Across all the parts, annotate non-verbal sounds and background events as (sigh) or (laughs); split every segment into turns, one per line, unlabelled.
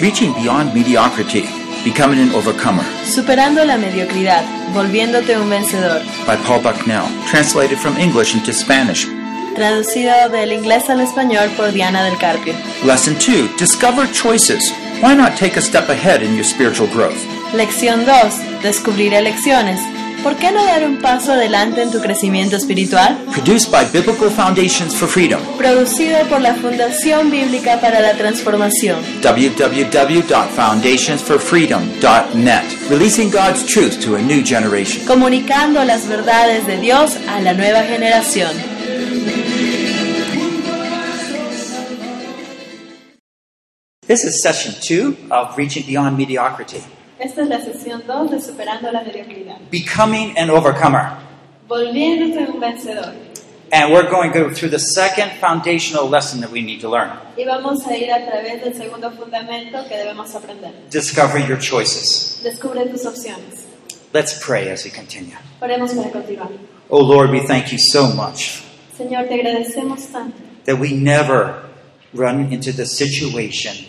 Reaching Beyond Mediocrity, Becoming an Overcomer
Superando la mediocridad, volviéndote un vencedor.
by Paul Bucknell, translated from English into Spanish.
Traducido del inglés al español por Diana del Carpio.
Lesson 2 Discover Choices. Why not take a step ahead in your spiritual growth?
Lección 2. Descubrir elecciones. ¿Por qué no dar un paso adelante en tu crecimiento espiritual?
Produced by Biblical Foundations for Freedom,
Producido por la Fundación Bíblica para la Transformación.
www.foundationsforfreedom.net, releasing God's truth to a new generation.
Comunicando las verdades de Dios a la nueva generación.
This is session two of Reaching Beyond Mediocrity
Esta es la sesión 2 de Superando la Mediocridad.
Becoming an Overcomer.
Volviéndote un vencedor.
And we're going to go through the second foundational lesson that we need to learn
Y vamos a ir a través del segundo fundamento que debemos aprender.
discover your choices.
Descubre tus opciones.
Let's pray as we continue.
Oremos para continuar.
Oh Lord, we thank you so much
Señor, te agradecemos tanto
that we never run into the situation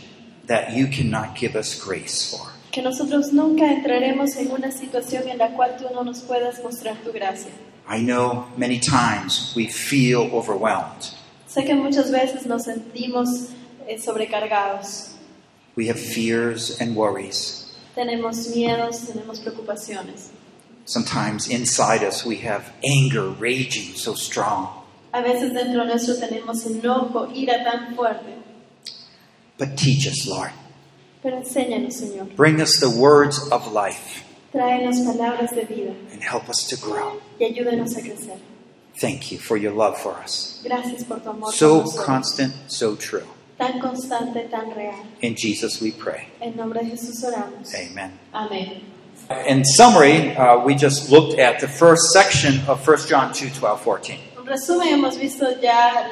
that you cannot give us grace for.
que nosotros nunca entraremos en una situación en la cual tú no nos puedas mostrar tu gracia.
I know many times we feel overwhelmed.
Sé que muchas veces nos sentimos eh, sobrecargados.
We have fears and worries.
Tenemos miedos, tenemos preocupaciones.
Sometimes inside us we have anger raging so strong.
A veces dentro nuestro tenemos enojo, ira tan fuerte.
But teach us, Lord.
Pero enséñanos, Señor.
Bring us the words of life
Tráenos palabras de vida
and help us to grow.
y ayúdanos a crecer.
Thank you for your love for us.
Gracias por tu amor
So
por nosotros.
constant, so true.
tan constante, tan real.
In Jesus we pray.
En nombre de Jesús oramos.
Amen.
Amén.
In summary, uh, we just looked at the first section of 1 John 2 12, 14.
Un resumen, hemos visto ya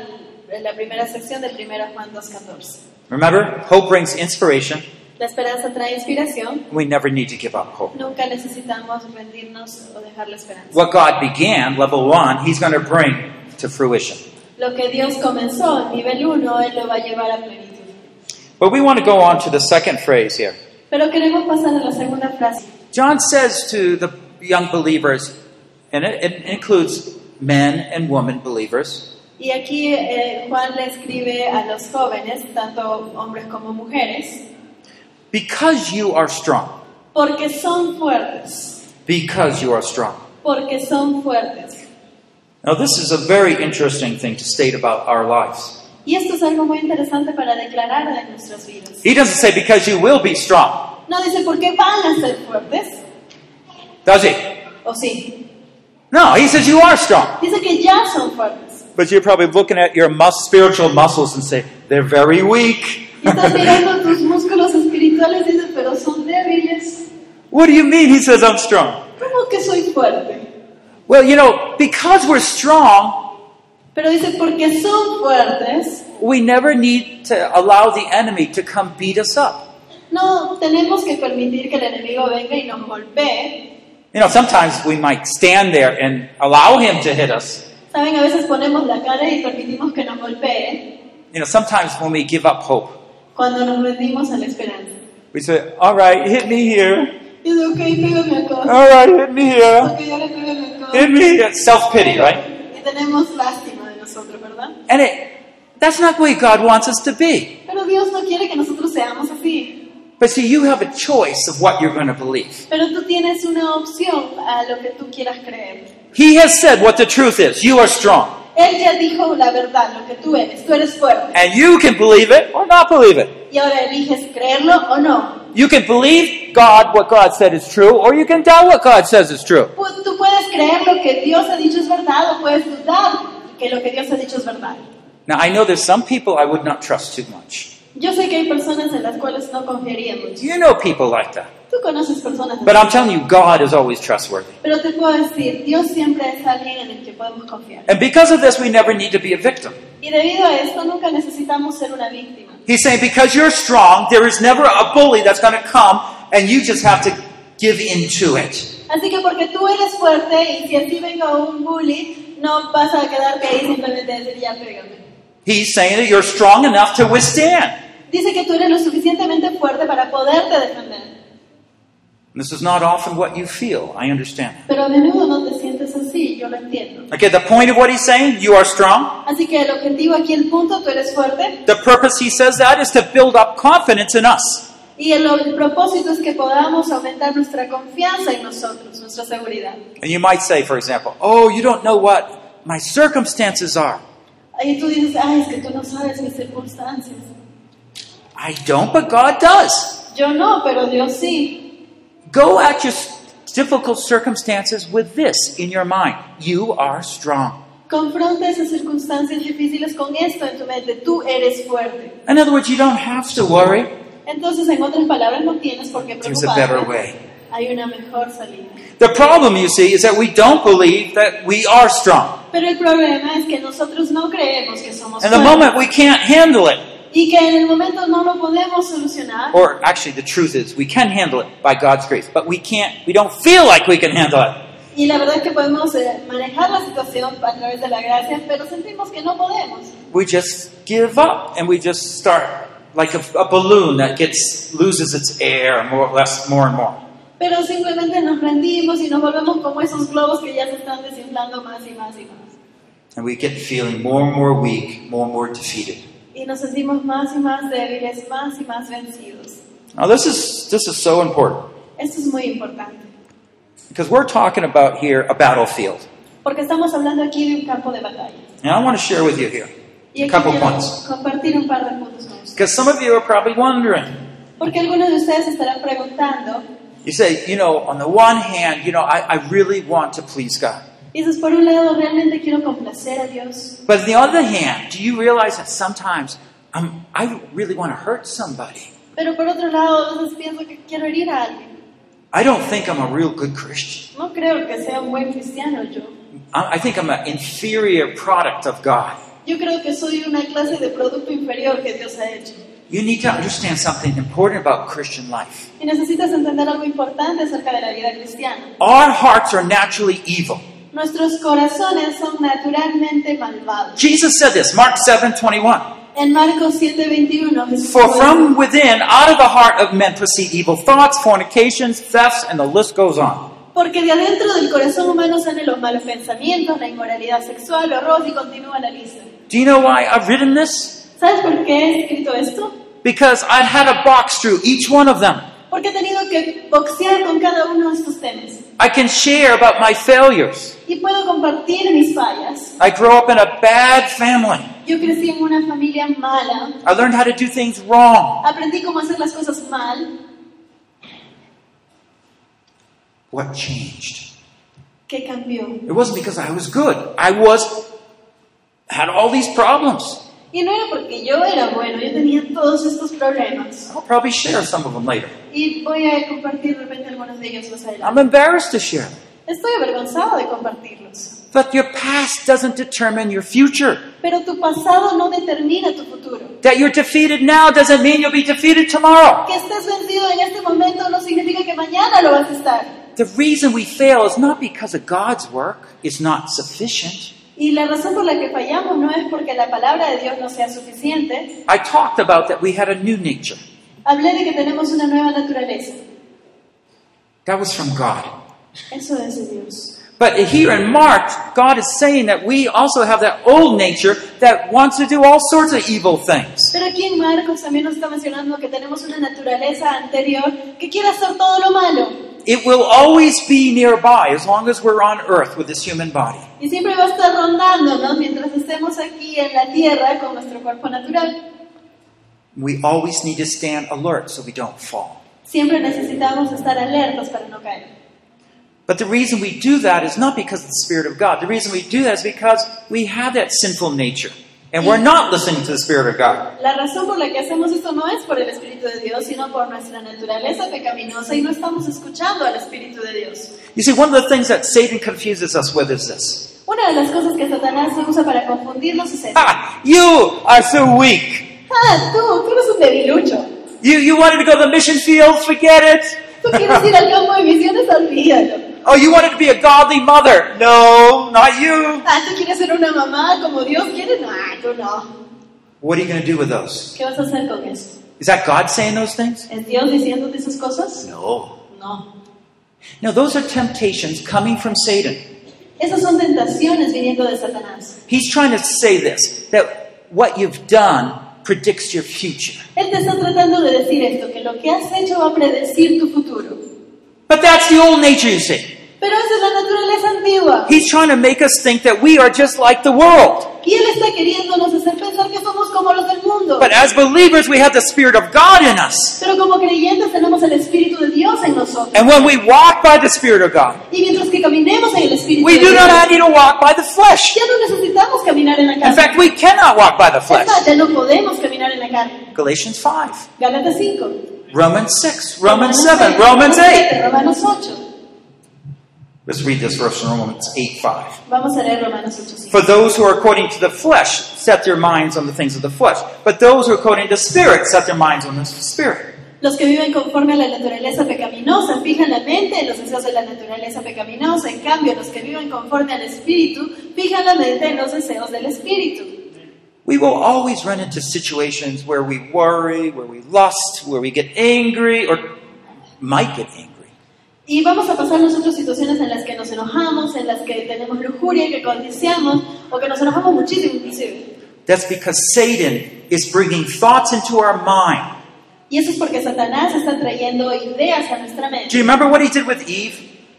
el- la primera sección del 1 Juan 2.14.
Remember, hope brings inspiration.
La esperanza trae inspiración.
We never need to give up hope.
Nunca necesitamos rendirnos o dejar la esperanza.
What God began, level one, He's going to bring to fruition.
Lo que Dios comenzó en nivel 1, Él lo va a llevar a plenitud.
But we want to go on to the second phrase here.
Pero queremos pasar a la segunda frase.
John says to the young believers, and it, it includes men and women believers,
Y aquí eh, Juan le escribe a los jóvenes, tanto hombres como mujeres,
because you are strong,
porque son fuertes,
because you are strong.
porque son fuertes.
Now, this is a very interesting thing to state about our lives.
Y esto es algo muy interesante para declarar de nuestras vidas.
He doesn't say, because you will be strong,
No dice por qué van a ser fuertes,
does he?
o sí,
No, he says you are strong.
dice que ya son fuertes.
But you're probably looking at your mus- spiritual muscles and say, they're very weak.
Y estás mirando tus músculos espirituales y dices, pero son débiles.
What do you mean he says I'm strong?
¿Cómo que soy fuerte?
Well, you know, because we're strong,
Pero dice, porque son fuertes,
we never need to allow the enemy to come beat us up.
no tenemos que permitir que el enemigo venga y nos golpee,
You know, sometimes we might stand there and allow him to hit us.
Saben, a veces ponemos la cara y permitimos que nos golpee
You know, sometimes when we give up hope,
cuando nos rendimos a la esperanza.
we say, all right, hit me here.
Y digo, ok, pégame acá.
All right, hit me here.
Ok, ahora pégame acá.
Hit me here. Self pity, right?
Y tenemos lástima de nosotros, ¿verdad?
And it, that's not the way God wants us to be.
Pero Dios no quiere que nosotros seamos así.
But see, you have a choice of what you're going to believe.
Pero tú tienes una opción a lo que tú quieras creer.
He has said what the truth is. You are strong.
Él ya dijo la verdad, lo que tú eres. Tú eres fuerte.
And you can believe it or not believe it.
Y ahora eliges creerlo o no.
You can believe God, what God said is true, or you can doubt what God says is true.
Pu- Tú puedes creer lo que Dios ha dicho es verdad o puedes dudar que lo que Dios ha dicho es verdad.
Now, I know there's some people I would not trust too much.
Yo sé que hay personas en las cuales no confiaría mucho.
You know people like that.
Tú conoces personas así.
But I'm telling you, God is always trustworthy.
Pero te puedo decir, Dios siempre es alguien en el que podemos confiar.
And because of this, we never need to be a victim.
Y debido a esto, nunca necesitamos ser una víctima.
He's saying, because you're strong, there is never a bully that's going to come, and you just have to give in to it.
Así que porque tú eres fuerte y si a ti venga un bully, no vas a quedarte ahí simplemente decir, ya pégame.
He's saying that you're strong enough to withstand.
dice que tú eres lo suficientemente fuerte para poderte defender.
This is not often what you feel. I understand.
Pero a menudo no te sientes así, yo lo entiendo.
Okay, the point of what he's saying, you are strong.
Así que el objetivo aquí, el punto, tú eres fuerte.
The purpose he says that is to build up confidence in us.
Y el, el propósito es que podamos aumentar nuestra confianza en nosotros, nuestra seguridad.
And you might say, for example, oh, you don't know what my circumstances are.
Y tú dices, ay, es que tú no sabes mis circunstancias.
I don't, but God does.
Yo no, pero Dios sí.
Go at your s- difficult circumstances with this in your mind. You are strong.
Confronta esas circunstancias difíciles con esto en tu mente. Tú eres fuerte.
In other words, you don't have to worry.
Entonces, en otras palabras, no tienes por qué
There's a better
preocuparte.
way.
Hay una mejor salida.
The problem, you see, is that we don't believe that we are strong.
Pero el problema es que nosotros no creemos que somos
And the
fuertes
moment we can't handle it,
y que en el momento no lo podemos solucionar.
or actually the truth is we can handle it by God's grace, but we can't we don't feel like we can handle it.
Y la verdad es que podemos eh, manejar la situación a través de la gracia, pero sentimos que no podemos.
We just give up and we just start like a, a balloon that gets loses its air more or less more and more.
Pero simplemente nos rendimos y nos volvemos como esos globos que ya se están desinflando más y más y más.
And we get feeling more and more weak, more and more defeated.
Y nos sentimos más y más débiles, más y más vencidos.
Now this is this is so important
Esto es muy importante,
because we're talking about here a battlefield.
porque estamos hablando aquí de un campo de batalla.
And I want to share with you here
Y
a
aquí
couple
quiero
points.
compartir un par de puntos con ustedes.
Because some of you are probably wondering,
Porque algunos de ustedes estarán preguntando,
You say, you know, on the one hand, you know, I, I really want to please God.
y dices, por un lado, realmente quiero complacer a Dios.
But on the other hand, do you realize that sometimes I'm, I really want to hurt somebody?
Pero por otro lado, a veces pienso que quiero herir a alguien.
I don't think I'm a real good Christian.
No creo que sea un buen cristiano yo.
I, I think I'm an inferior product of God.
Yo creo que soy una clase de producto inferior que Dios ha hecho.
You need to understand something important about Christian life.
Y necesitas entender algo importante acerca de la vida cristiana.
Our hearts are naturally evil.
Nuestros corazones son naturalmente malvados.
Jesus said this, Mark 7 21.
En Marcos 7:21 Jesús
For
dijo,
from within, out of the heart of men proceed evil thoughts, fornications, thefts, and the list goes on.
porque de adentro del corazón humano salen los malos pensamientos, la inmoralidad sexual, los robos y continúa la lista.
Do you know why I've written this?
¿Sabes por qué he escrito esto?
because I'd had a box through each one of them.
Porque he tenido que boxear con cada uno de estos temas.
I can share about my failures.
Y puedo compartir mis fallas.
I grew up in a bad family.
Yo crecí en una familia mala.
I learned how to do things wrong.
Aprendí cómo hacer las cosas mal.
What changed?
¿Qué cambió?
It wasn't because I was good. I was had all these problems.
Y no era porque yo era bueno, yo tenía todos estos problemas.
I'll probably share some of them later.
Y voy a compartir de repente algunos de ellos más adelante.
I'm embarrassed to share.
Estoy avergonzada de compartirlos.
But your past doesn't determine your future.
Pero tu pasado no determina tu futuro.
That you're defeated now doesn't mean you'll be defeated tomorrow.
Que estés vencido en este momento no significa que mañana lo vas a estar.
The reason we fail is not because of God's work is not sufficient.
Y la razón por la que fallamos no es porque la palabra de Dios no sea suficiente.
I talked about that we had a new nature.
Hablé de que tenemos una nueva naturaleza.
That was from God.
Eso es de Dios.
But here in Mark, God is saying that we also have that old nature that wants to do all sorts of evil things.
Pero aquí en Marcos también nos está mencionando que tenemos una naturaleza anterior que quiere hacer todo lo malo.
It will always be nearby as long as we're on earth with this human body.
Y siempre va a estar rondándonos mientras estemos aquí en la tierra con nuestro cuerpo natural.
We always need to stand alert so we don't fall.
Siempre necesitamos estar alertas para no caer.
But the reason we do that is not because of the Spirit of God. The reason we do that is because we have that sinful nature. And we're not listening to the Spirit of God.
La razón por la que hacemos esto no es por el Espíritu de Dios, sino por nuestra naturaleza pecaminosa y no estamos escuchando al Espíritu de Dios.
You see, one of the things that Satan confuses us with is this.
Una de las cosas que Satanás usa para confundirnos es esto.
Ah, you are so weak.
¡Ah, tú! Tú eres un debilucho.
You, you wanted to go to the mission field? Forget
Tú quieres
it.
ir al campo de misiones, olvídalo.
oh, you wanted to be a godly mother? No, not you.
Ah, tú quieres ser una mamá como Dios quiere. No, ah, tú no.
What are you going to do with those?
¿Qué vas a hacer con eso?
Is that God saying those things?
¿Es Dios diciéndote esas cosas?
No.
No.
No, those are temptations coming from Satan.
Esas son tentaciones viniendo de Satanás.
He's trying to say this that what you've done predicts your future.
Él te está tratando de decir esto, que lo que has hecho va a predecir tu futuro.
But that's the old nature, you see.
Pero esa es la naturaleza antigua.
He's trying to make us think that we are just like the world.
Y Él está queriéndonos hacer pensar que somos como los del mundo.
But as believers, we have the Spirit of God in us.
Pero como creyentes tenemos el Espíritu de Dios en nosotros.
And when we walk by the Spirit of God,
Y mientras que caminemos en el Espíritu
we
de
do
Dios,
not need to walk by the flesh.
ya no necesitamos caminar en la
In
carne.
fact, we cannot walk by the
Es
flesh.
más, ya no podemos caminar en la carne.
Galatians 5,
Gálatas 5.
Romans 6, Romans
seis,
7, Romans 8.
siete, Romanos 8.
Let's read this verse in Romans 8 5.
Vamos a leer Romanos 8. cinco.
For those who are according to the flesh set their minds on the things of the flesh, but those who are according to the Spirit set their minds on the Spirit.
Los que viven conforme a la naturaleza pecaminosa fijan la mente en los deseos de la naturaleza pecaminosa. En cambio, los que viven conforme al Espíritu fijan la mente en los deseos del Espíritu.
We will always run into situations where we worry, where we lust, where we get angry, or might get angry.
Y vamos a pasar nosotros situaciones en las que nos enojamos, en las que tenemos lujuria, que codiciamos o que nos enojamos muchísimo inclusive.
That's because Satan is bringing thoughts into our mind.
Y eso es porque Satanás está trayendo ideas a nuestra
Do
mente.
you remember what he did with Eve?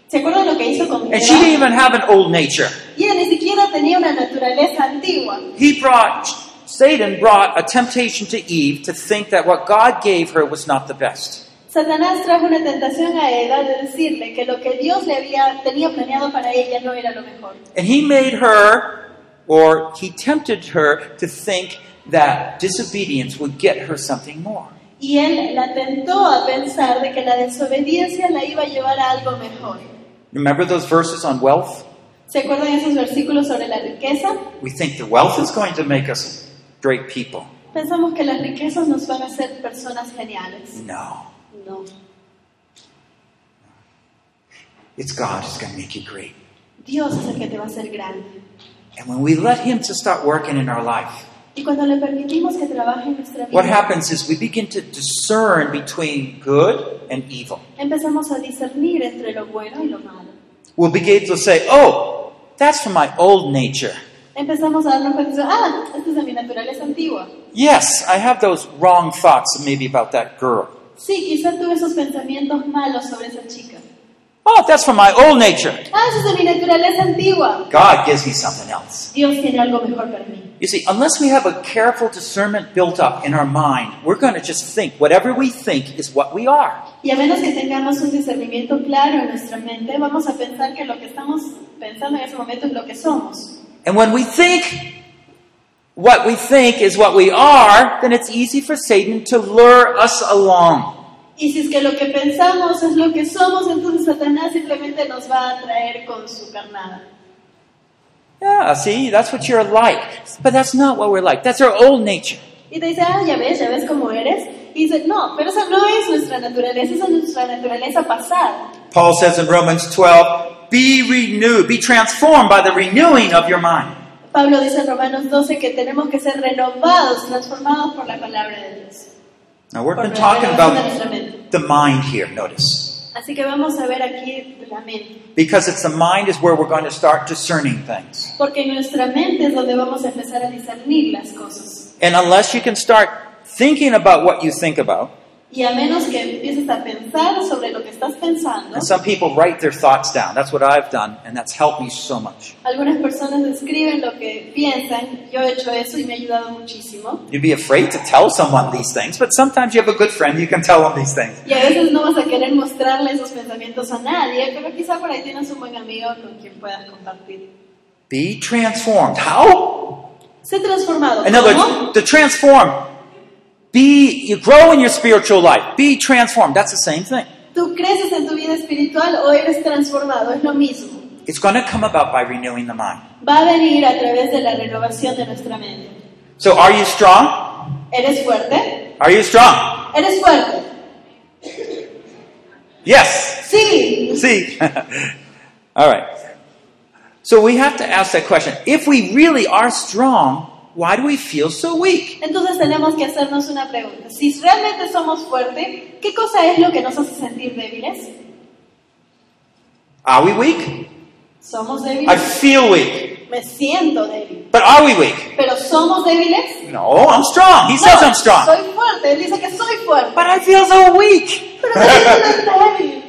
¿Se acuerdan lo que hizo con
And she didn't
Eva?
even have an old nature.
Y ella ni siquiera tenía una naturaleza antigua.
He brought, Satan brought a temptation to Eve to think that what God gave her was not the best.
Satanás trajo una tentación a Eva de decirle que lo que Dios le había tenía planeado para ella no era lo mejor.
And he made her, or he tempted her to think that disobedience would get her something more.
Y él la tentó a pensar de que la desobediencia la iba a llevar a algo mejor.
Remember those verses on wealth?
¿Se acuerdan esos versículos sobre la riqueza?
We think the wealth is going to make us great people.
Pensamos que las riquezas nos van a hacer personas geniales.
No.
No.
It's God who's going to make you great.
Dios es el que te va a hacer grande.
And when we let Him to start working in our life,
Y cuando le permitimos que trabaje en nuestra
what
vida,
happens is we begin to discern between good and evil.
empezamos a discernir entre lo bueno y lo malo.
We'll begin to say, oh, that's from my old nature.
Empezamos a darnos cuenta, ah, esta es de mi naturaleza antigua.
Yes, I have those wrong thoughts maybe about that girl.
Sí, quizá tuve esos pensamientos malos sobre esa chica.
Oh, that's from my old nature.
Ah, eso es de mi naturaleza antigua.
God gives me something else.
Dios tiene algo mejor para mí.
You see, unless we have a careful discernment built up in our mind, we're going to just think whatever we think is what we are.
Y a menos que tengamos un discernimiento claro en nuestra mente, vamos a pensar que lo que estamos pensando en ese momento es lo que somos.
And when we think what we think is what we are, then it's easy for Satan to lure us along.
Y si es que lo que pensamos es lo que somos, entonces Satanás simplemente nos va a traer con su carnada.
Yeah, see, that's what you're like. But that's not what we're like. That's our old nature.
Y te dice, ah, ya ves, ya ves cómo eres. Y dice, no, pero esa no es nuestra naturaleza, esa es nuestra naturaleza pasada.
Paul says in Romans 12, be renewed, be transformed by the renewing of your mind.
Pablo dice en Romanos 12 que tenemos que ser renovados, transformados por la palabra de Dios.
Now we've
Por
been
la
talking
renovación de nuestra
about
mente.
the mind here, notice.
Así que vamos a ver aquí la mente,
Because it's the mind is where we're going to start discerning things.
porque en nuestra mente es donde vamos a empezar a discernir las cosas.
And unless you can start thinking about what you think about,
Y a menos que empieces a pensar sobre lo que estás pensando,
And some people write their thoughts down. That's what I've done, and that's helped me so much.
algunas personas escriben lo que piensan, yo he hecho eso y me ha ayudado muchísimo.
You'd be afraid to tell someone these things, but sometimes you have a good friend, you can tell them these things.
Y a veces no vas a querer mostrarle esos pensamientos a nadie, pero quizá por ahí tienes un buen amigo con quien puedas compartir.
Be transformed. How?
Sé transformado.
In other
¿cómo?
words, to transform. Be you grow in your spiritual life. Be transformed. That's the same thing.
¿Tú creces en tu vida espiritual o eres transformado? Es lo mismo.
It's going to come about by renewing the mind.
Va a venir a través de la renovación de nuestra mente.
So are you strong?
¿Eres fuerte?
Are you strong?
¿Eres fuerte?
Yes.
Sí.
See. (laughs) All right. So we have to ask that question. If we really are strong, why do we feel so weak?
Entonces tenemos que hacernos una pregunta. Si realmente somos fuertes, ¿qué cosa es lo que nos hace sentir débiles?
Are we weak?
¿Somos
I
débiles?
feel weak.
Me siento débil.
But are we weak?
¿Pero somos débiles?
No, I'm strong. He says I'm strong.
Soy fuerte. Él dice que soy fuerte.
But I feel so weak. (laughs)
Pero tú eres débil.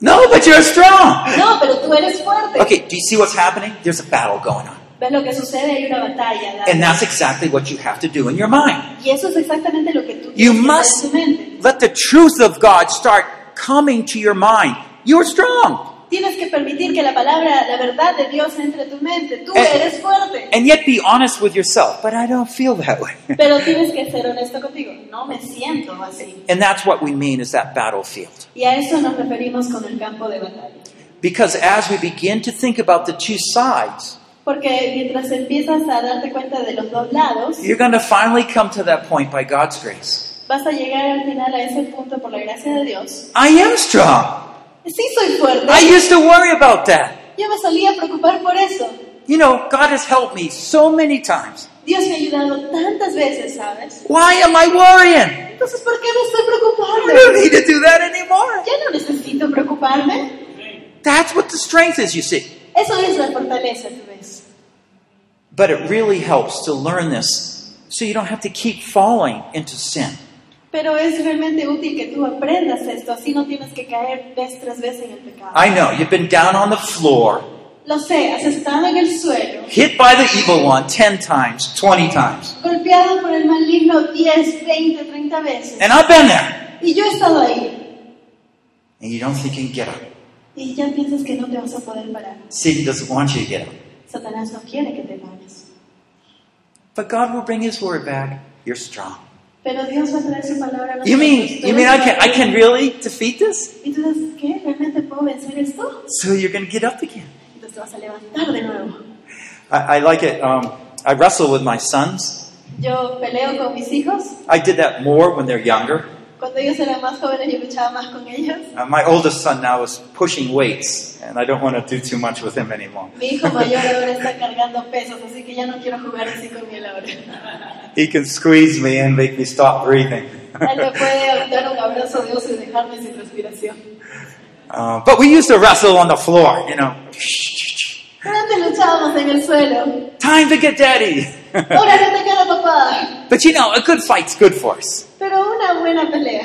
No, but you're strong.
No, pero tú eres fuerte.
Okay, do you see what's happening? There's a battle going on.
¿Ves lo que sucede? Hay una batalla. ¿verdad?
And that's exactly what you have to do in your mind.
Y eso es exactamente lo que tú
You
tienes que
must-
hacer en tu mente.
Let the truth of God start coming to your mind. You're strong.
Tienes que permitir que la palabra, la verdad de Dios entre en tu mente. Tú
Eh.
eres fuerte.
And yet be honest with yourself. But I don't feel that way. (laughs)
Pero tienes que ser honesto contigo. No me siento así.
And that's what we mean is that battlefield.
Y a eso nos referimos con el campo de batalla.
Because as we begin to think about the two sides,
Porque mientras empiezas a darte cuenta de los dos lados,
you're going to finally come to that point by God's grace.
vas a llegar al final a ese punto por la gracia de Dios.
I am strong.
Sí soy fuerte.
I used to worry about that.
Yo me solía preocupar por eso.
You know, God has helped me so many times.
Dios me ha ayudado tantas veces, ¿sabes?
Why am I worrying?
Entonces, ¿por qué me estoy
I don't
preocupando?
need to do that anymore.
Ya no necesito preocuparme.
That's what the strength is, you see.
Eso es la fortaleza, tú ves.
But it really helps to learn this so you don't have to keep falling into sin.
Pero es realmente útil que tú aprendas esto, así no tienes que caer vez tras vez en el pecado.
I know, you've been down on the floor,
Lo sé, has estado en el suelo,
hit by the evil one 10 times, 20 times.
golpeado por el maligno 10, 20, 30 veces.
And I've been there.
Y yo he estado ahí.
And you don't think you can get up.
Y ya piensas que no te vas a poder parar.
Satan doesn't want you to get up.
Satanás no quiere que te pares.
But God will bring His word back. You're strong.
Pero Dios va a traer su palabra a
You
nosotros.
mean
Tú
you
eres
mean I can I
fuerte.
can really defeat this?
Y tú dices, ¿qué? ¿Realmente puedo vencer esto?
So you're going to get up again.
Entonces te vas a levantar de nuevo.
I, I like it. Um, I wrestle with my sons.
Yo peleo con mis hijos.
I did that more when they're younger.
Cuando ellos eran más jóvenes, yo luchaba más con ellos.
Uh, my oldest son now is pushing weights, and I don't want to do too much with him anymore.
Mi hijo mayor ahora está cargando pesos, así que ya no quiero jugar así con él ahora.
He can squeeze me and make me stop breathing.
Él me puede dar un abrazo de oso y dejarme sin respiración.
(laughs) Uh, but we used to wrestle on the floor, you know.
Pero antes luchábamos en el suelo.
Time to get daddy. (laughs)
Ahora le atacar a papá.
but you know, a good fight's good for us.
Pero una buena pelea.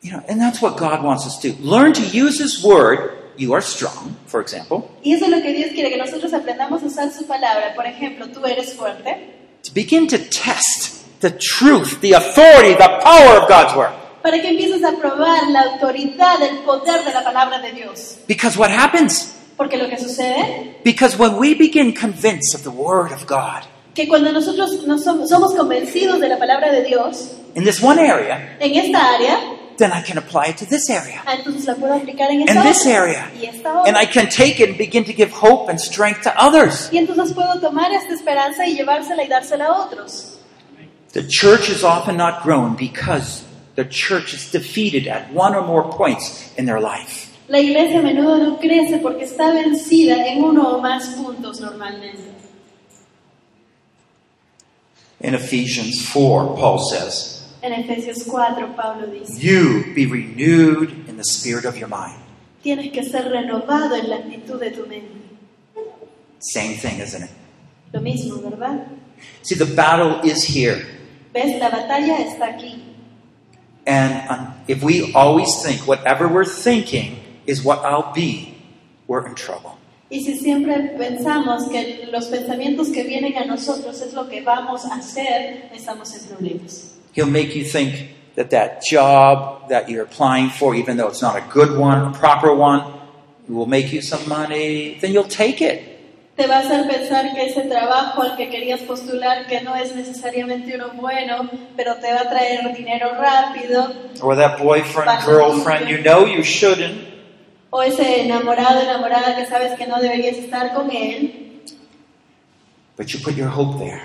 You know, and that's what God wants us to do. Learn to use His word. You are strong, for example,
Y eso es lo que Dios quiere, que nosotros aprendamos a usar su palabra. Por ejemplo, tú eres fuerte.
to begin to test the truth, the authority, the power of God's word.
Para que empieces a probar la autoridad, el poder de la palabra de Dios.
Because what happens?
Porque lo que sucede,
Because when we begin convinced of the word of God
que cuando nosotros nos som- somos convencidos de la palabra de Dios,
in this one area,
en esta área,
then I can apply it to this area
Ah, Entonces la puedo aplicar en
and
esta
this
otra,
area.
y esta
And
otra.
I can take it and begin to give hope and strength to others.
Y entonces puedo tomar esta esperanza y llevársela y dársela a otros.
The church is often not grown because the church is defeated at one or more points in their life.
La iglesia a menudo no crece porque está vencida en uno o más puntos normalmente.
In Ephesians 4, Paul says,
En Efesios 4 Pablo dice,
You be renewed in the spirit of your mind.
tienes que ser renovado en la actitud de tu mente.
Same thing, isn't it?
Lo mismo, ¿verdad?
See, the battle is here.
¿Ves? La batalla está aquí.
And um, if we always think whatever we're thinking is what I'll be, we're in trouble.
Y si siempre pensamos que los pensamientos que vienen a nosotros es lo que vamos a hacer, estamos en problemas.
He'll make you think that that job that you're applying for, even though it's not a good one, a proper one, will make you some money, then you'll take it.
Te va a hacer pensar que ese trabajo al que querías postular, que no es necesariamente uno bueno, pero te va a traer dinero rápido,
Or that boyfriend, girlfriend, you know you shouldn't,
o ese enamorado, enamorada que sabes que no deberías estar con él,
but you put your hope there.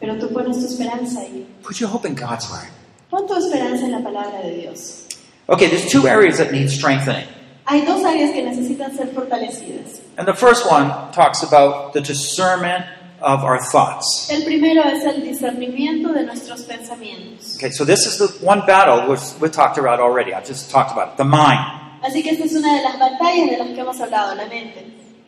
pero tú pones tu esperanza ahí.
Put your hope in God's word.
Pon tu esperanza en la palabra de Dios.
Okay, there's two areas that need strengthening.
Hay dos áreas que necesitan ser fortalecidas.
And the first one talks about the discernment of our thoughts.
El primero es el discernimiento de nuestros pensamientos.
Okay, so this is the one battle which we talked about already. I just talked about it, the mind.
Así que esta es una de las batallas de las que hemos hablado, la mente.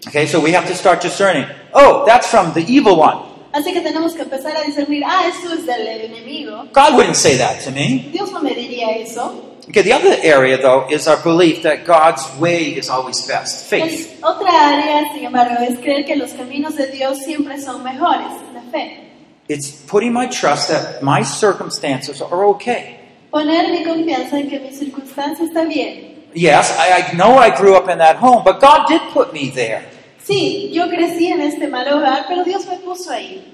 Okay, so we have to start discerning. Oh, that's from the evil one.
Así que tenemos que empezar a discernir, ah, esto es del enemigo.
God wouldn't say that to me.
Dios no me diría eso.
Okay, the other area though is our belief that God's way is always best. Faith.
El- otra área, sin embargo, es creer que los caminos de Dios siempre son mejores, la fe.
It's putting my trust that my circumstances are okay.
Poner mi confianza en que mi circunstancia está bien.
Yes, I, I know I grew up in that home, but God did put me there.
Sí, yo crecí en este mal hogar, pero Dios me puso ahí.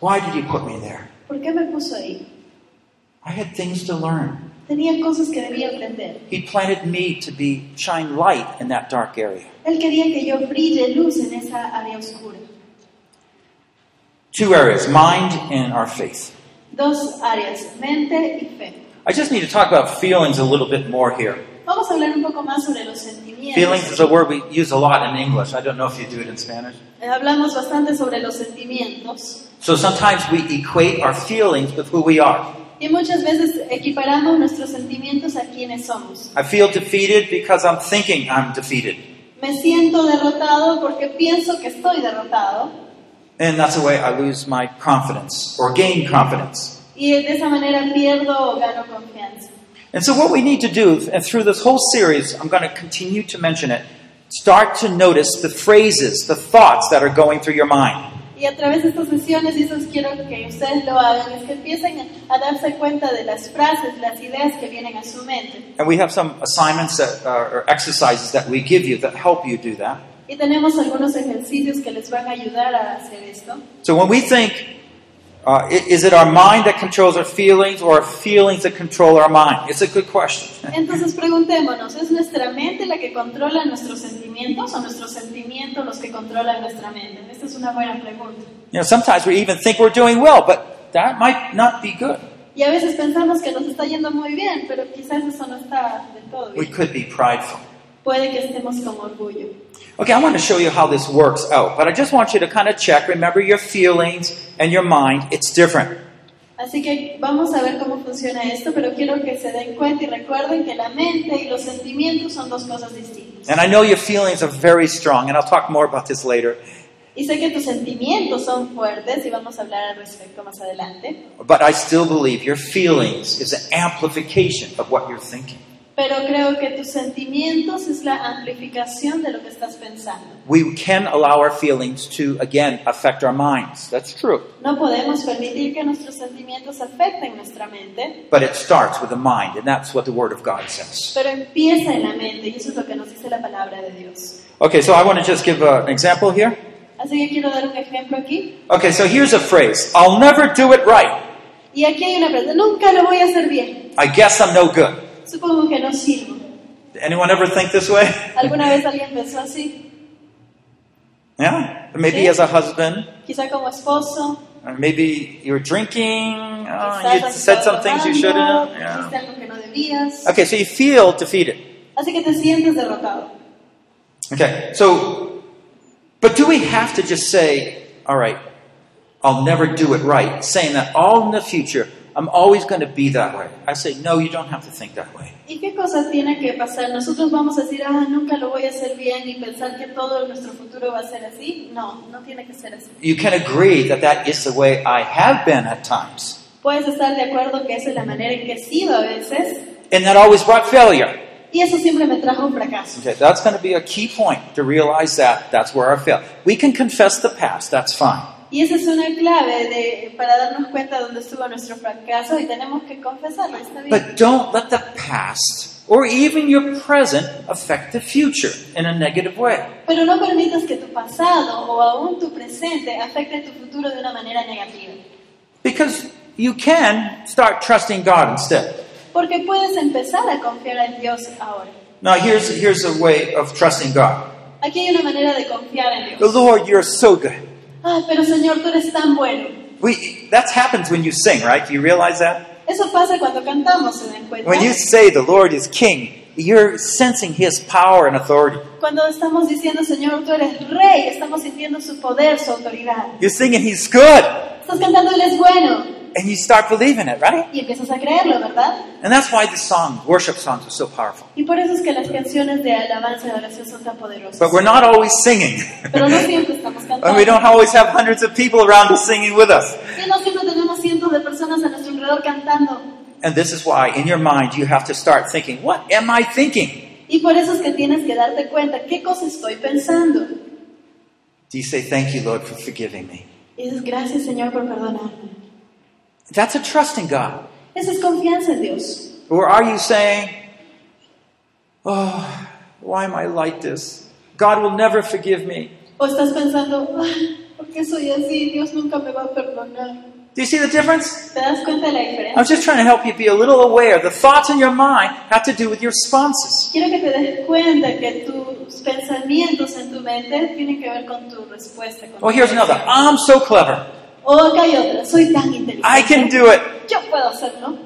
Why did He put me there?
¿Por qué me puso ahí?
I had things to learn.
Tenía cosas que debía aprender.
He planted me to be shine light in that dark area.
Él quería que yo brille luz en esa área oscura.
Two areas, mind and our faith.
Dos áreas, mente y fe.
I just need to talk about feelings a little bit more here.
Vamos a hablar un poco más sobre los sentimientos.
Feelings is a word we use a lot in English. I don't know if you do it in Spanish.
Eh, Hablamos bastante sobre los sentimientos
So sometimes we equate our feelings with who we are.
y muchas veces equiparamos nuestros sentimientos a quienes somos.
I feel defeated because I'm thinking I'm defeated.
Me siento derrotado porque pienso que estoy derrotado
And that's the way I lose my confidence or gain confidence.
y de esa manera pierdo o gano confianza.
And so, what we need to do, and through this whole series, I'm going to continue to mention it, start to notice the phrases, the thoughts that are going through your mind.
Y a través de estas sesiones, y eso quiero que ustedes lo hagan, es que empiecen a darse cuenta de las frases, las ideas que vienen a su mente.
And we have some assignments that, uh, or exercises that we give you that help you do that.
Y tenemos algunos ejercicios que les van a ayudar a hacer esto.
So, when we think, uh, i- is it our mind that controls our feelings or our feelings that control our mind? It's a good question.
Entonces preguntémonos, ¿es nuestra mente la que controla nuestros sentimientos o nuestros sentimientos los que controlan nuestra mente? Esta es una buena pregunta.
You know, sometimes we even think we're doing well, but that might not be good.
Y a veces pensamos que nos está yendo muy bien, pero quizás eso no está del todo
We
bien.
could be prideful.
Puede que estemos con orgullo.
Okay, I want to show you how this works out, but I just want you to kind of check. Remember your feelings and your mind, it's different.
Así que vamos a ver cómo funciona esto, pero quiero que se den cuenta y recuerden que la mente y los sentimientos son dos cosas distintas.
And I know your feelings are very strong, and I'll talk more about this later.
Y sé que tus sentimientos son fuertes y vamos a hablar al respecto más adelante.
But I still believe your feelings is an amplification of what you're thinking.
Pero creo que tus sentimientos es la amplificación de lo que estás pensando.
We can allow our feelings to, again, affect our minds. That's true.
No podemos permitir que nuestros sentimientos afecten nuestra mente,
But it starts with the mind, and that's what the Word of God says.
pero empieza en la mente y eso es lo que nos dice la palabra de Dios.
Okay, so I want to just give uh, an example here.
Así que quiero dar un ejemplo aquí.
Okay, so here's a phrase I'll never do it right.
Y aquí hay una pregunta, nunca lo voy a hacer bien.
I guess I'm no good.
Supongo que no sirvo.
Anyone ever think this way? (laughs)
¿Alguna vez alguien pensó así?
Yeah, maybe
Sí.
as a husband,
Quizá como esposo,
or maybe you were drinking, uh,
quizás
you
has
said some
estado
things you shouldn't.
tomando,
yeah.
hiciste algo que no debías.
Okay, so you feel defeated.
Así que te sientes derrotado.
Okay, so, but do we have to just say, all right, I'll never do it right, saying that all in the future, I'm always going to be that way? I say, no, you don't have to think that way.
¿Y qué cosas tiene que pasar? ¿Nosotros vamos a decir, ah, nunca lo voy a hacer bien y pensar que todo nuestro futuro va a ser así? No, no tiene que ser así.
You can agree that that is the way I have been at times,
Puedes estar de acuerdo que esa es la manera en que he sido a veces
and that always brought failure.
y eso siempre me trajo un fracaso.
Okay, that's going to be a key point to realize that that's where I fail. We can confess the past, that's fine.
Y esa es una clave de, para darnos cuenta de dónde estuvo nuestro fracaso y tenemos que confesarlo, está bien.
But don't let the past or even your present affect the future in a negative way.
Pero no permitas que tu pasado o aún tu presente afecte tu futuro de una manera negativa.
Because you can start trusting God instead.
Porque puedes empezar a confiar en Dios ahora.
Now, here's, here's a way of trusting God.
Aquí hay una manera de confiar en
The
Dios.
Lord, you're so good.
Ah, pero Señor, tú eres tan bueno.
We, that happens when you sing, right? Do you realize that?
Eso pasa cuando cantamos, ¿se dan cuenta?
When you say the Lord is king, you're sensing His power and authority.
Cuando estamos diciendo, Señor, tú eres rey, estamos sintiendo su poder, su autoridad.
You're singing He's good,
Estás cantando, Él es bueno.
and you start believing it, right?
Y empiezas a creerlo, ¿verdad?
And that's why the song, worship songs, are so powerful.
Y por eso es que las canciones de alabanza y adoración son tan poderosas.
But we're not always singing, (laughs)
Pero no siempre estamos
and we
cantando.
don't always have hundreds of people around us singing with us.
Y no siempre tenemos cientos de personas a nuestro alrededor cantando.
And this is why, in your mind, you have to start thinking, "What am I thinking?"
Y por eso es que tienes que darte cuenta qué cosa estoy pensando.
Do you say, "Thank you, Lord, for forgiving me"?
Y dices, gracias Señor por perdonarme.
That's a trust in God.
Esa es confianza en Dios.
Or are you saying, Oh, why am I like this? God will never forgive me.
O estás pensando, "Ay, ¿por qué soy así? Dios nunca me va a perdonar.
Do you see the difference?
¿Te das cuenta de la
I'm
diferencia?
just trying to help you be a little aware. The thoughts in your mind have to do with your responses.
Quiero que te des cuenta que tus pensamientos en tu mente tienen que ver con tu respuesta. con tu
Well, Oh, here's another.
reacción.
I'm so clever.
O acá hay otra, soy tan inteligente.
I can do it.
Yo puedo hacerlo.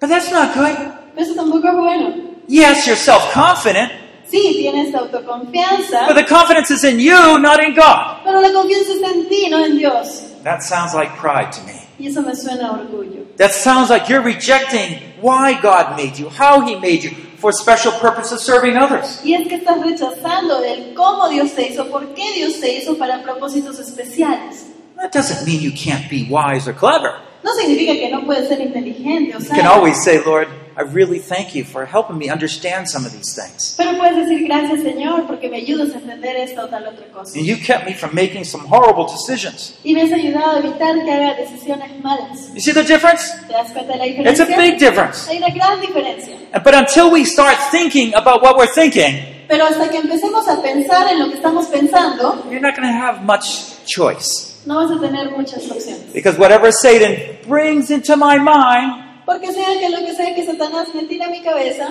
But that's not good.
Pero eso tampoco es bueno.
Yes, you're self confident,
Sí, tienes autoconfianza,
but the confidence is in you, not in God.
pero la confianza está en ti, no en Dios.
That sounds like pride to me.
Y eso me suena a orgullo.
That sounds like you're rejecting why God made you, how He made you, for special purpose of serving others.
Y es que estás rechazando el cómo Dios se hizo, por qué Dios se hizo para propósitos especiales.
That doesn't mean you can't be wise or clever.
No significa que no puedes ser inteligente o
You can
sabio,
always say, Lord, I really thank you for helping me understand some of these things.
pero puedes decir gracias Señor porque me ayudas a entender esta o tal otra cosa.
And you kept me from making some horrible decisions.
Y me has ayudado a evitar que haga decisiones malas.
You see the difference?
¿Te das cuenta de la
It's a
diferencia?
big difference.
Hay una gran diferencia.
But until we start thinking about what we're thinking,
Pero hasta que empecemos a pensar en lo que estamos pensando,
you're not going to have much choice.
no vas a tener muchas opciones.
Because whatever Satan brings into my mind,
Porque sea que lo que sea que Satanás me tira a mi cabeza,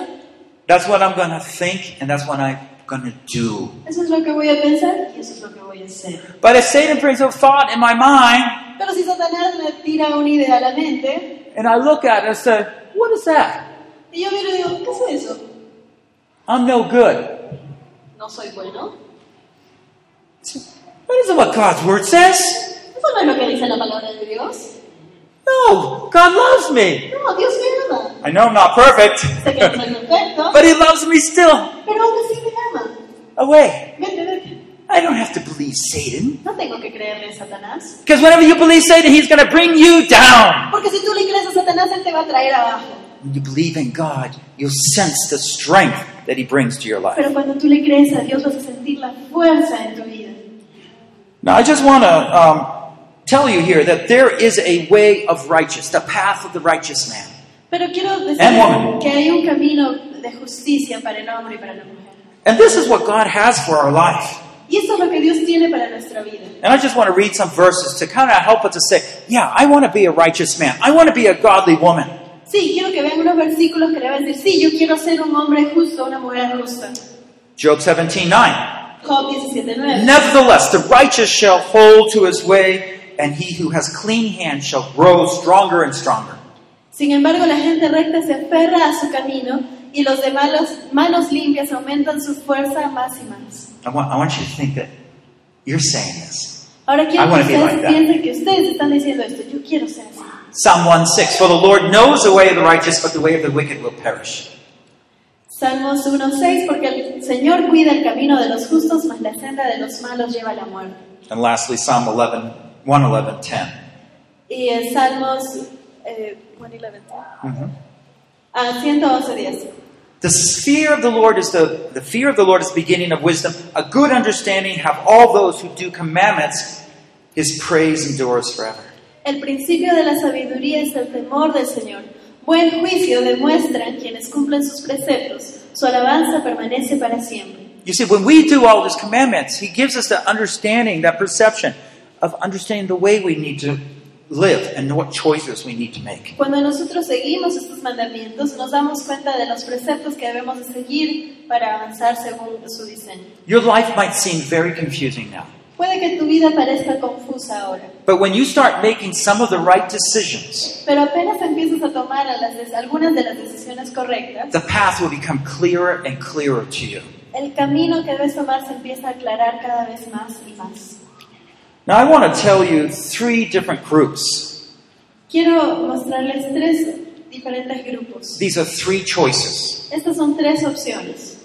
that's what I'm going to think and that's what I'm going to do.
eso es lo que voy a pensar y eso es lo que voy a hacer.
But if Satan brings a thought in my mind
Pero si Satanás me tira una idea a la mente,
and I look at it and say, what is that?
y yo miro y digo, ¿qué es eso?
I'm no good.
No soy bueno.
That isn't what God's word says.
Eso no es lo que dice la palabra de Dios.
No, God loves me.
No, Dios me ama.
I know I'm not perfect,
Sé que no soy
(laughs)
perfecto,
but He loves me still.
pero aún así me ama.
Away.
Vete, vete.
I don't have to believe Satan.
No tengo que creerle a Satanás.
Because whenever you believe Satan, he's going to bring you down.
Porque si tú le crees a Satanás, él te va a traer abajo.
When you believe in God, you'll sense the strength that He brings to your life.
Pero cuando tú le crees a Dios, vas a sentir la fuerza en tu vida.
Now, I just want to um, tell you here that there is a way of righteous, the path of the righteous man.
Pero quiero decir
And woman.
que hay un camino de justicia para el hombre y para la mujer.
And this is what God has for our life.
Y eso es lo que Dios tiene para nuestra vida.
And I just want to read some verses to kind of help us to say, yeah, I want to be a righteous man. I want to be a godly woman.
Sí, quiero que vean unos versículos que le van a decir, sí, yo quiero ser un hombre justo, una mujer justa.
Job 17, 9.
Job 17.9.
Nevertheless, the righteous shall hold to his way, and he who has clean hands shall grow stronger and stronger.
Sin embargo, la gente recta se aferra a su camino y los de malos, manos limpias aumentan su fuerza más y más.
I want, I want you to think that you're saying this.
Ahora
I
quiero que
wanna be
ustedes
like that.
piensen que ustedes están diciendo esto, yo quiero ser así.
Psalm 1 6. For the Lord knows the way of the righteous, but the way of the wicked will perish.
Salmos 1.6, porque el Señor cuida el camino de los justos, mas la senda de los malos lleva a la muerte.
And lastly, Psalm 11, 111, 10.
Y el Salmos eh, 111.
Mm-hmm.
Ah, 111.10.
The fear of the Lord is the, the fear of the Lord is the beginning of wisdom. A good understanding have all those who do commandments. His praise endures forever.
El principio de la sabiduría es el temor del Señor. Buen juicio demuestran quienes cumplen sus preceptos. Su alabanza permanece para siempre.
You see, when we do all his commandments, he gives us the understanding, that perception of understanding the way we need to live and what choices we need to make.
Cuando nosotros seguimos estos mandamientos, nos damos cuenta de los preceptos que debemos de seguir para avanzar según su diseño.
Your life might seem very confusing now.
Puede que tu vida parezca confusa ahora,
But when you start making some of the right decisions,
pero apenas empiezas a tomar a las des- algunas de las decisiones correctas,
the path will become clearer and clearer to you.
el camino que debes tomar se empieza a aclarar cada vez más y más.
Now, I want to tell you three different groups.
Quiero mostrarles tres diferentes grupos.
These are three choices,
Estas son tres opciones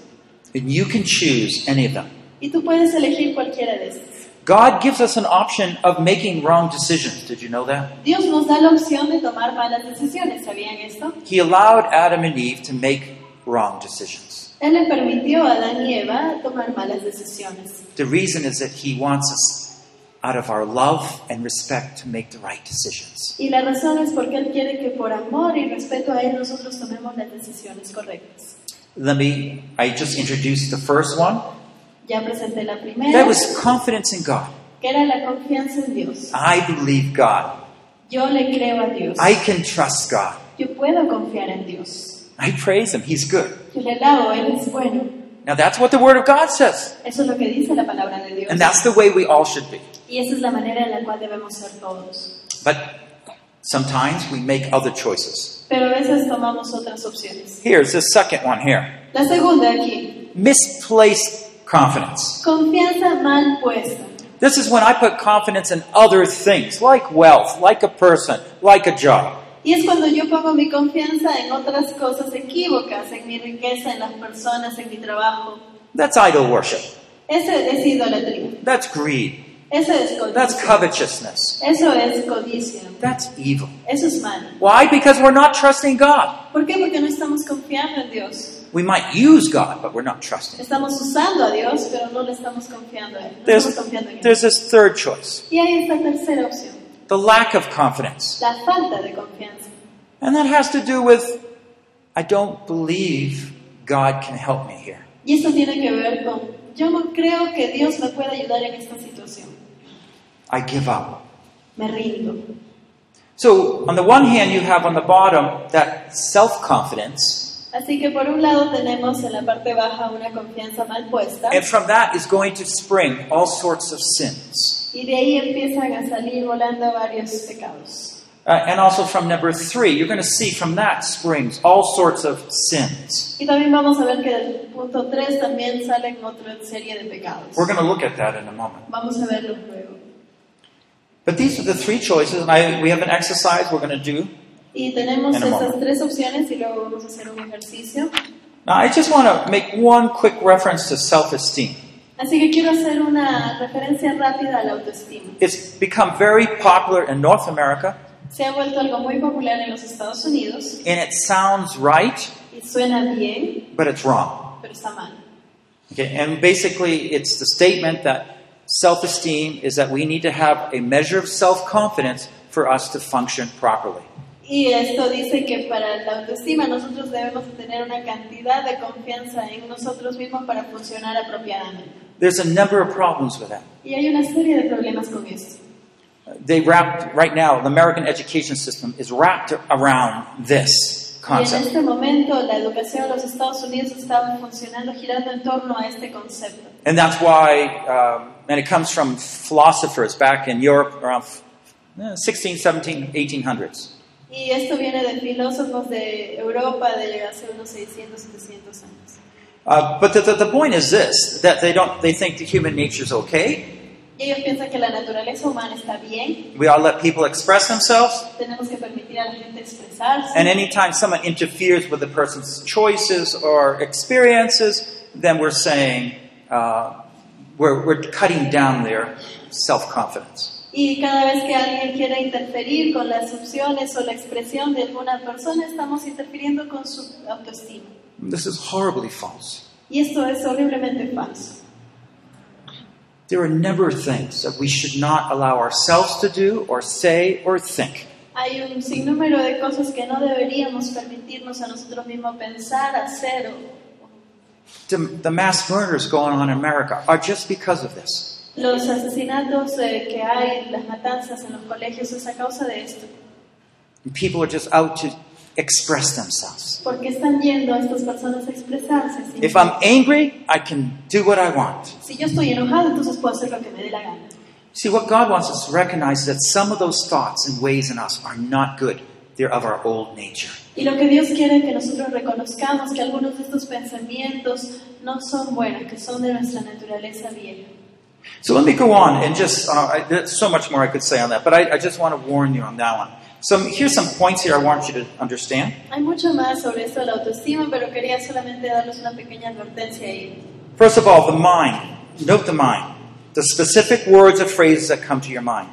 and you can choose any of them.
y tú puedes elegir cualquiera de estas.
God gives us an option of making wrong decisions. Did you know that?
Dios nos da la opción de tomar malas decisiones, ¿sabían esto?
He allowed Adam and Eve to make wrong decisions.
Él le permitió a Adán y Eva tomar malas decisiones.
The reason is that He wants us, out of our love and respect, to make the right decisions.
Y la razón es porque Él quiere que por amor y respeto a Él nosotros tomemos las decisiones correctas.
Let me, I just introduced the first one.
Ya presenté la primera,
That was confidence in God.
que era la confianza en Dios.
I believe God.
Yo le creo a Dios.
I can trust God.
Yo puedo confiar en Dios.
I praise Him. He's good.
Yo le alabo, Él es bueno.
Now that's what the Word of God says.
Eso es lo que dice la palabra de Dios.
And that's the way we all should be.
Y esa es la manera en la cual debemos ser todos.
But sometimes we make other choices.
Pero a veces tomamos otras opciones.
Here's the second one here.
La segunda aquí,
Misplaced confidence.
confianza mal puesta.
This is when I put confidence in other things, like wealth, like a person, like a job.
Y es cuando yo pongo mi confianza en otras cosas equívocas, en mi riqueza, en las personas, en mi trabajo.
That's idol worship.
Ese es idolatría.
That's greed.
Eso es
That's
codicia.
covetousness.
Eso es codicia.
That's evil.
Eso es malo.
Why? Because we're not trusting God.
¿Por qué? Porque no estamos confiando en Dios.
We might use God, but we're not trusting.
Estamos usando a Dios, pero no le estamos confiando a Él. No
There's,
estamos confiando en Él.
there's this third choice
Y hay esta tercera opción,
the lack of confidence.
la falta de confianza.
And that has to do with I don't believe God can help me here.
Y esto tiene que ver con, yo no creo que Dios me pueda ayudar en esta situación.
I give up.
Me rindo.
So, on the one hand, you have on the bottom that self confidence,
Así que por un lado tenemos en la parte baja una confianza mal puesta
and from that is going to spring all sorts of sins.
y de ahí empiezan a salir volando varios pecados.
Uh, and also from number three, you're going to see from that springs all sorts of sins.
Y también vamos a ver que del punto 3 también salen otra serie de pecados.
We're going to look at that in a moment.
Vamos a verlo luego.
But these are the three choices, and I, we have an exercise we're going to do.
Y tenemos
En un
esas
momento.
tres opciones y luego vamos a hacer un ejercicio.
Now, I just want to make one quick reference to self esteem.
Así que quiero hacer una referencia rápida a la autoestima.
It's become very popular in North America,
Se ha vuelto algo muy popular en los Estados Unidos
and it sounds right,
y suena bien,
but it's wrong.
pero está mal.
Okay, and basically, it's the statement that self esteem is that we need to have a measure of self confidence for us to function properly.
Y esto dice que para la autoestima nosotros debemos tener una cantidad de confianza en nosotros mismos para funcionar apropiadamente.
There's a number of problems with that.
Y hay una serie de problemas con esto.
They wrapped, right now, the American education system is wrapped around this
Y en
concept.
este momento la educación en los Estados Unidos está funcionando, girando en torno a este concepto.
And that's why, um, and it comes from philosophers back in Europe around eh, 16, 17, 1800s.
Y esto viene de filósofos de Europa de hace unos 600, 700 años.
Uh, but the, the, the point is this that they, don't, they think the human nature is okay.
Y ellos piensan que la naturaleza humana está bien,
We ought to let people express themselves.
tenemos que permitir a la gente expresarse.
And anytime someone interferes with a person's choices or experiences, then we're saying uh, we're, we're cutting down their self confidence.
Y cada vez que alguien quiera interferir con las opciones o la expresión de alguna persona, estamos interfiriendo con su autoestima.
This is horribly false.
Y esto es horriblemente falso.
There are a number of things that we should not allow ourselves to do or say or think.
Hay un sinnúmero de cosas que no deberíamos permitirnos a nosotros mismos pensar, hacer. o-
The, the mass murders going on in America are just because of this.
Los asesinatos eh, que hay, las matanzas en los colegios es a causa de esto.
And people are just out to express themselves.
Porque están yendo a estas personas a expresarse. ¿sí?
If I'm angry, I can do what I want.
Si yo estoy enojado, entonces puedo hacer lo que me dé la gana.
See, what God wants us to recognize is that some of those thoughts and ways in us are not good. They're of our old nature.
Y lo que Dios quiere que nosotros reconozcamos que algunos de estos pensamientos no son buenos, que son de nuestra naturaleza vieja.
So let me go on and just, uh, I, there's so much more I could say on that, but I, I just want to warn you on that one. So here's some points here I want you to understand.
Hay mucho más sobre esto de la autoestima, pero quería solamente darles una pequeña advertencia ahí.
First of all, the mind. Note the mind. The specific words or phrases that come to your mind.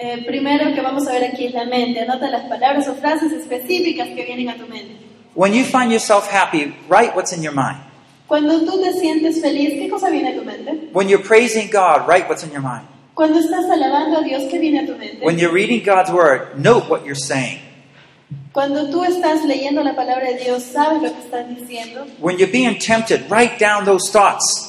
Eh, primero que vamos a ver aquí es la mente. Anota las palabras o frases específicas que vienen a tu mente.
When you find yourself happy, write what's in your mind.
Cuando tú te sientes feliz, ¿qué cosa viene a tu mente?
When you're praising God, write what's in your mind.
Cuando estás alabando a Dios, ¿qué viene a tu mente?
When you're reading God's word, note what you're saying.
Cuando tú estás leyendo la palabra de Dios, ¿sabes lo que estás diciendo?
When you're being tempted, write down those thoughts.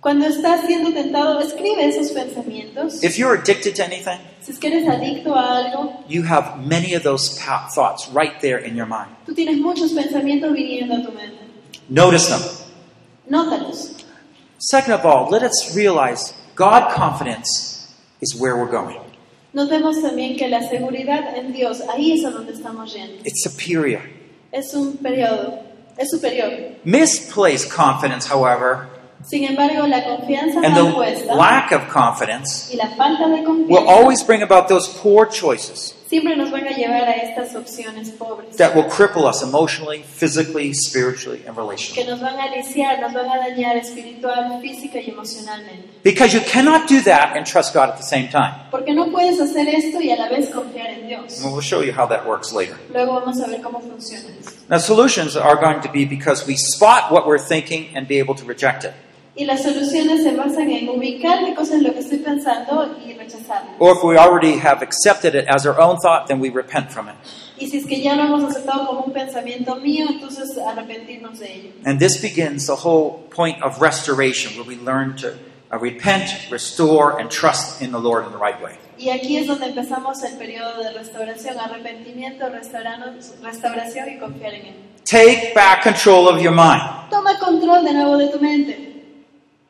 Cuando estás siendo tentado, escribe esos pensamientos.
If you're addicted to anything,
Si es que eres adicto a algo,
you have many of those pa- thoughts right there in your mind.
tú tienes muchos pensamientos viniendo a tu mente.
Notice them.
Nótalos.
Second of all, let us realize God confidence is where we're going.
Notemos también que la seguridad en Dios, ahí es a donde estamos yendo.
It's superior.
Es un periodo, es superior.
Misplaced confidence, however,
Sin embargo, la confianza
and the
mal puesta
lack of confidence
y la falta de
will
confianza
always bring about those poor choices
siempre nos van a llevar a estas opciones pobres,
that will cripple us emotionally, physically, spiritually, and
que
relationally.
nos van a aliciar, nos van a dañar espiritual, física y emocionalmente.
Because you cannot do that and trust God at the same time.
Porque no puedes hacer esto y a la vez confiar en Dios.
And we'll show you how that works later.
Luego vamos a ver cómo funciona esto.
Now, solutions are going to be because we spot what we're thinking and be able to reject it.
Y las soluciones se basan en ubicar qué cosa es lo que estoy pensando y rechazarlo.
Or if we already have accepted it as our own thought, then we repent from it.
Y si es que ya lo hemos aceptado como un pensamiento mío, entonces arrepentirnos de ello.
And this begins the whole point of restoration, where we learn to uh, repent, restore, and trust in the Lord in the right way.
Y aquí es donde empezamos el periodo de restauración, arrepentimiento, restauranos- restauración y confiar en Él.
Take back control of your mind.
Toma control de nuevo de tu mente.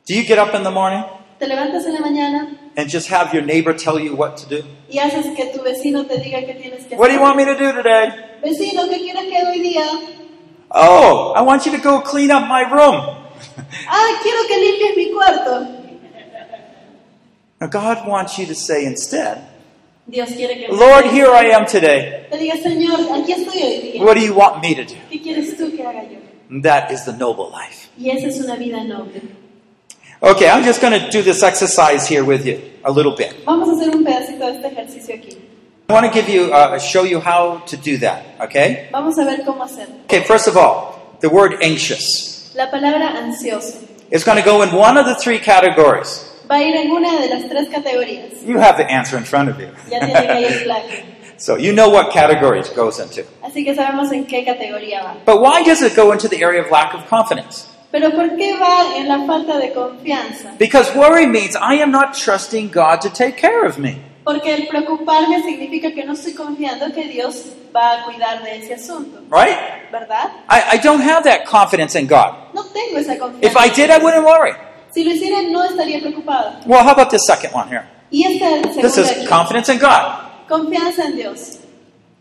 Do you get up in the morning
Te levantas en la mañana
and just have your neighbor tell you what to do?
y haces que tu vecino te diga qué tienes que hacer.
What do you want me to do today?
Vecino, ¿qué quieres que haga hoy día?
Oh, I want you to go clean up my room.
Ah, quiero que limpies mi cuarto.
Now, God wants you to say instead,
Dios quiere que
Lord, here I am today.
te diga, Señor, aquí estoy hoy día.
What do you want me to do?
¿Qué quieres tú que haga yo?
And that is the noble life.
Y esa es una vida noble.
Okay, I'm just going to do this exercise here with you a little bit.
Vamos a hacer un pedacito de este ejercicio aquí.
I want to give you, uh, show you how to do that. Okay.
Vamos a ver cómo hacerlo.
Okay. First of all, the word anxious.
La palabra ansioso
It's going to go in one of the three categories.
va a ir en una de las tres categorías.
You have the answer in front of you.
Ya tiene ahí el plan.
(laughs) so you know what category it goes into.
Así que sabemos en qué categoría va.
But why does it go into the area of lack of confidence?
Pero ¿por qué va en la falta de confianza?
Because worry means I am not trusting God to take care of me.
Porque el preocuparme significa que no estoy confiando que Dios va a cuidar de ese asunto,
Right?
¿verdad?
I, I don't have that confidence in God.
No tengo esa
If
confianza.
I did, I wouldn't worry.
Si lo hiciera, no estaría preocupado.
Well, how about this second one here?
Y este esta
This
segunda
is
aquí,
confidence in God.
confianza en Dios.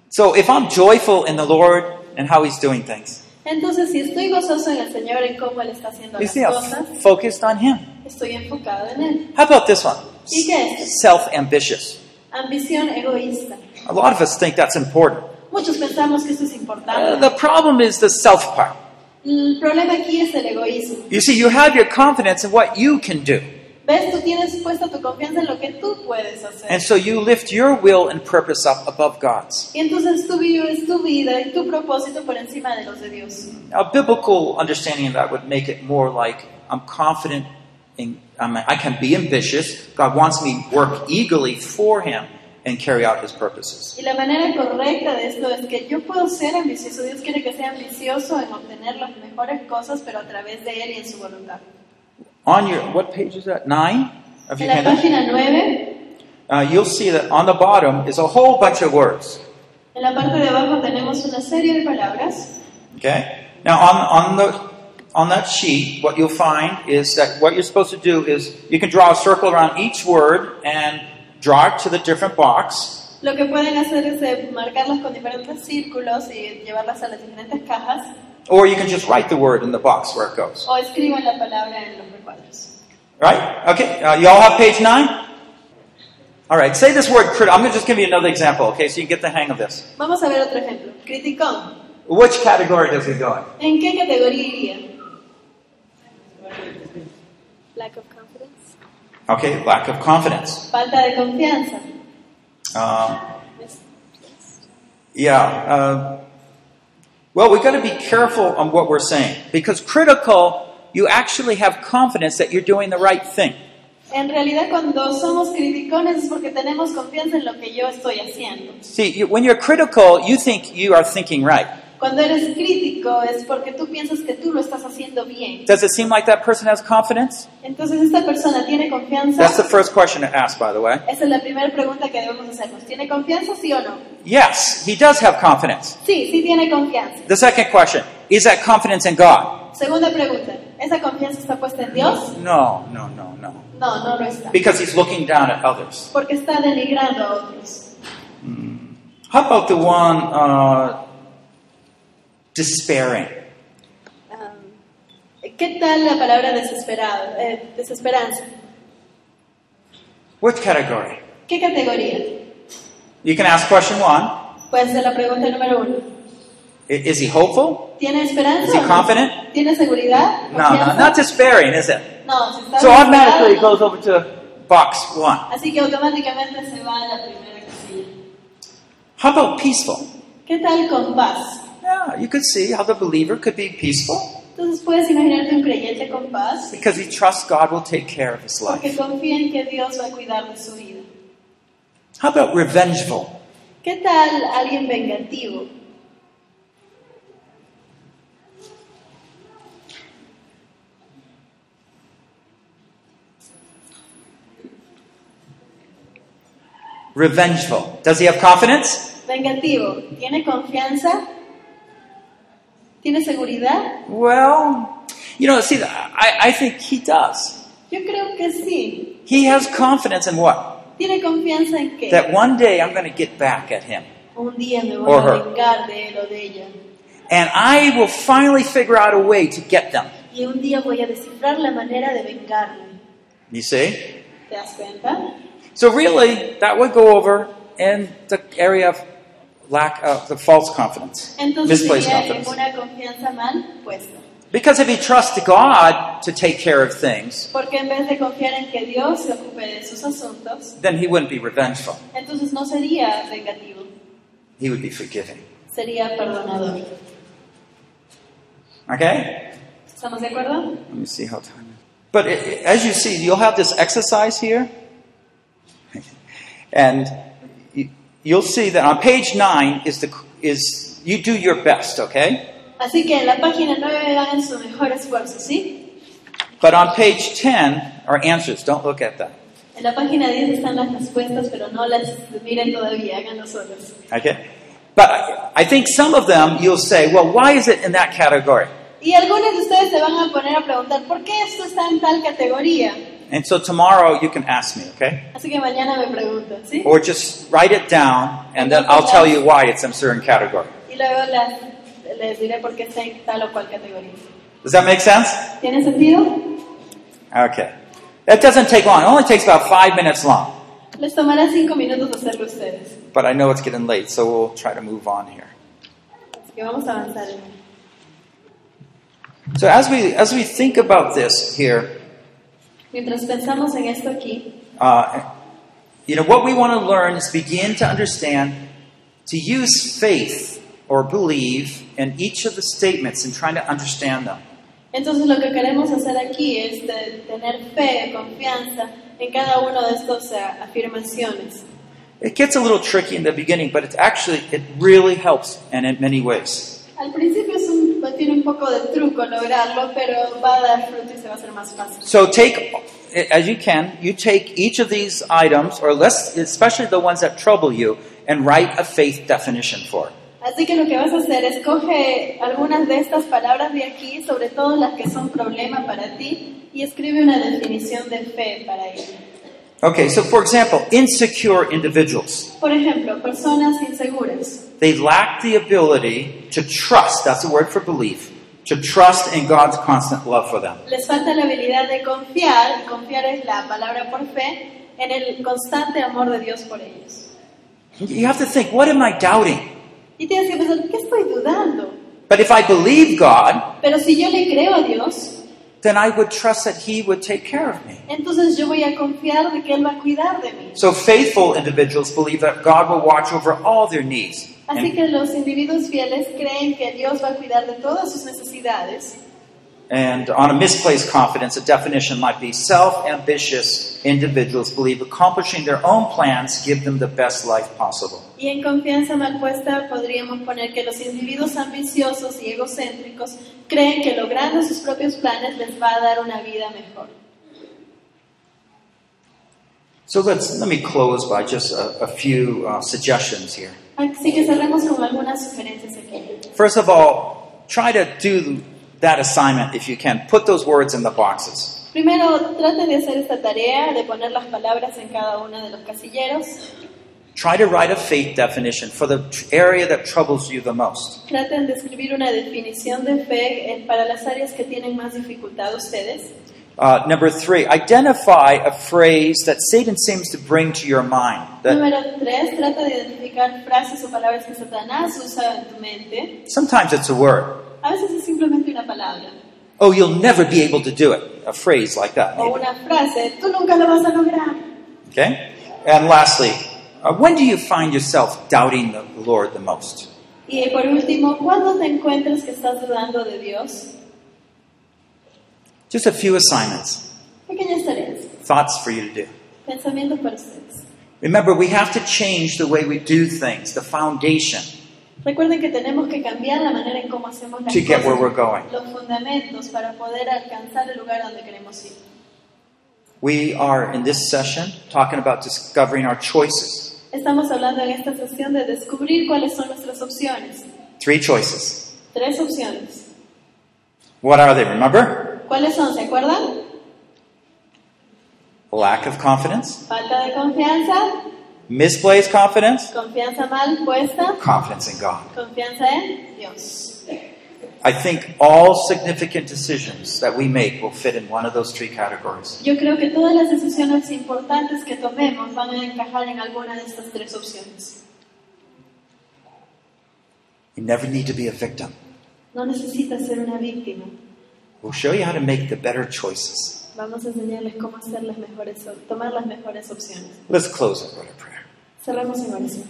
So if I'm joyful in the Lord and how He's doing things,
Entonces, si estoy gozoso en el Señor, en cómo Él está haciendo
you
las
see,
cosas,
I'm focused on Him.
estoy enfocado en Él.
How about this one?
¿Y qué es?
Self ambitious.
Ambición egoísta.
A lot of us think that's important.
Muchos pensamos que esto es
Uh,
importante.
the problem is the self part.
El problema aquí es el egoísmo.
You see, you have your confidence in what you can do.
¿Ves? Tú tienes puesta tu confianza en lo que tú puedes
And
hacer.
so you lift your will and purpose up above God's.
Y entonces tú vives tu vida y tu propósito por encima de los de Dios.
A biblical understanding of that would make it more like I'm confident in, I'm, I can be ambitious. God wants me to work eagerly for Him and carry out His purposes.
Y la manera correcta de esto es que yo puedo ser ambicioso. Dios quiere que sea ambicioso en obtener las mejores cosas, pero a través de Él y en su voluntad.
On your, what page is that? Nine of
En
your
la
handout?
página 9
Uh, you'll see that on the bottom is a whole bunch of words.
En la parte de abajo tenemos una serie de palabras.
Okay? Now, on, on, the, on that sheet, what you'll find is that what you're supposed to do is you can draw a circle around each word and draw it to the different box,
Lo que pueden hacer es eh, marcarlas con diferentes círculos y llevarlas a las diferentes cajas
or you can just write the word in the box where it goes.
o escriban la palabra en los recuadros.
Right? Okay, uh, you all have page 9? All right, say this word crit. I'm going to just give you another example, okay, so you get the hang of this.
Vamos a ver otro ejemplo. Criticón.
Which category does it go in?
¿En qué categoría iría? Lack of confidence.
Okay, lack of confidence.
Falta de confianza.
Um, yeah. Uh, well, we've got to be careful on what we're saying because critical, you actually have confidence that you're doing the right thing.
En realidad cuando somos criticones es porque tenemos confianza en lo que yo estoy haciendo.
See, you, when you're critical, you think you are thinking right.
Cuando eres crítico es porque tú piensas que tú lo estás haciendo bien.
Does it seem like that person has confidence?
Entonces esta persona tiene confianza.
That's the first question to ask, by the way.
Esa es la primera pregunta que debemos hacernos. ¿Tiene confianza, sí o no?
Yes, he does have confidence.
Sí, sí tiene confianza.
The second question is that confidence in God?
Segunda pregunta, ¿esa confianza está puesta en Dios?
No, no, no, no.
No, no lo está.
Because he's looking down at others.
Porque está denigrando a otros.
How about the one uh, despairing?
Um, ¿Qué tal la palabra desesperado, eh, desesperanza?
Which category?
¿Qué categoría?
You can ask question one. I-
Puede ser la pregunta número uno.
Is he hopeful?
¿Tiene esperanza?
Is he
o no?
confident?
¿Tiene seguridad?
No, no,
¿Confianza?
not despairing, is it?
No, si está
So automatically it
desesperado,
goes over to box one.
no. Así que automáticamente se va a la primera casilla.
How about peaceful?
¿Qué tal con paz?
Yeah, you could see how the believer could be peaceful
Entonces puedes imaginarte un creyente con paz
because he trusts God will take care of his
porque
life.
confía en que Dios va a cuidar de su vida.
How about revengeful?
¿Qué tal alguien vengativo?
Revengeful. Does he have confidence?
Vengativo, ¿tiene confianza? ¿Tiene seguridad?
Well, you know, see, I, I think he does.
Yo creo que sí.
He has confidence in what?
¿Tiene confianza en que
that one day I'm going to get back at him.
un día me voy
Or
a
her.
vengar de él o de ella?
And I will finally figure out a way to get them.
Y un día voy a descifrar la manera de vengarme.
You see?
¿Te das cuenta?
So, really, that would go over in the area of lack of the false confidence,
Entonces
misplaced
sería en
confidence.
una confianza mal Pues puesta.
Because if he trusts God to take care of things,
Porque en vez de confiar en que Dios se ocupe de sus asuntos,
then he wouldn't be revengeful.
entonces no sería vengativo,
He would be forgiving.
sería perdonador.
Okay?
¿Estamos de acuerdo?
Let me see how time is. But i- i- as you see, you'll have this exercise here. and you- you'll see that on page 9 is the is you do your best, okay?
Así que en la página 9 hagan su mejor esfuerzo, ¿sí?
But on page 10 are answers. Don't look at that.
En la página 10 están las respuestas, pero no las miren todavía, háganlo solos.
Okay? But I- I think some of them you'll say, well, why is it in that category?
Y algunos de ustedes se van a poner a preguntar, ¿por qué esto está en tal categoría?
And so tomorrow you can ask me, okay?
Así que mañana me preguntan, ¿sí?
Or just write it down and then I'll tell you why it's in certain category.
Y luego las- les diré por qué está en tal o cual categoría.
Does that make sense?
¿Tiene sentido?
Okay. That doesn't take long. It only takes about five minutes long.
Les tomará 5 minutos hacerlo ustedes.
But I know it's getting late, so we'll try to move on here.
Así que vamos a avanzar.
So as we as we think about this here,
Mientras pensamos en esto aquí,
uh, you know what we want to learn is begin to understand to use faith or believe in each of the statements and trying to understand them.
entonces lo que queremos hacer aquí es de- tener fe, confianza en cada uno de estos eh, afirmaciones.
It gets a little tricky in the beginning, but it's actually it really helps and in many ways.
Al principio es un, pues, tiene un poco de truco lograrlo, pero va a dar fruto y se va a hacer más fácil.
So take as you can, you take each of these items, or less, especially the ones that trouble you, and write a faith definition for it.
Así que lo que vas a hacer es coge algunas de estas palabras de aquí, sobre todo las que son problema para ti, y escribe una definición de fe para ella.
Okay, so for example, insecure individuals.
Por ejemplo, personas inseguras.
They lack the ability to trust, that's the word for belief, to trust in God's constant love for them.
Les falta la habilidad de confiar, y confiar es la palabra por fe, en el constante amor de Dios por ellos.
You have to think, what am I doubting?
Y tienes que pensar, ¿qué estoy dudando?
But if I believe God,
Pero si yo le creo a Dios,
then I would trust that He would take care of me.
entonces yo voy a confiar de que Él va a cuidar de mí.
So faithful individuals believe that God will watch over all their needs.
Así
And,
que los individuos fieles creen que Dios va a cuidar de todas sus necesidades.
and on a misplaced confidence, a definition might be self ambitious individuals believe accomplishing their own plans give them the best life possible.
Y en confianza mal puesta podríamos poner que los individuos ambiciosos y egocéntricos creen que logrando sus propios planes les va a dar una vida mejor.
So let's, let me close by just a, a few uh, suggestions here.
Así que cerremos con algunas sugerencias aquí.
First of all, try to do that assignment if you can. Put those words in the boxes.
Primero, trate de hacer esta tarea de poner las palabras en cada uno de los casilleros.
Try to write a faith definition for the tr- area that troubles you the most.
Traten de escribir una definición de fe eh, para las áreas que tienen más dificultad ustedes.
Uh, number three, identify a phrase that Satan seems to bring to your mind. That
Número tres, trata de identificar frases o palabras que Satanás usa en tu mente.
sometimes it's a word.
A veces es simplemente una palabra
Oh, you'll never be able to do it. A phrase like that.
o
Maybe.
una frase, tú nunca lo vas a lograr.
Okay. And lastly, uh, when do you find yourself doubting the Lord the most?
Y eh, por último, ¿cuándo te encuentras que estás dudando de Dios?
Just a few assignments,
Pequeñas tareas,
thoughts for you to do.
pensamientos para ustedes.
Remember, we have to change the way we do things, the foundation.
Recuerden que tenemos que cambiar la manera en cómo hacemos las
To get where we're going.
cosas, los fundamentos para poder alcanzar el lugar donde queremos ir.
We are in this session talking about discovering our choices.
Estamos hablando en esta sesión de descubrir cuáles son nuestras opciones.
Three choices.
Tres opciones.
What are they? Remember?
¿Cuáles son? ¿Se acuerdan?
Lack of confidence,
Falta de confianza,
misplaced confidence,
confianza mal puesta,
confidence in God.
confianza en Dios.
I think all significant decisions that we make will fit in one of those three categories.
Yo creo que todas las decisiones importantes que tomemos van a encajar en alguna de estas tres opciones.
You never need to be a victim.
No necesitas ser una víctima.
We'll show you how to make the better choices.
Vamos a enseñarles cómo hacer las mejores, op- tomar las mejores opciones.
Let's close with a word of prayer.
Cerramos en oración.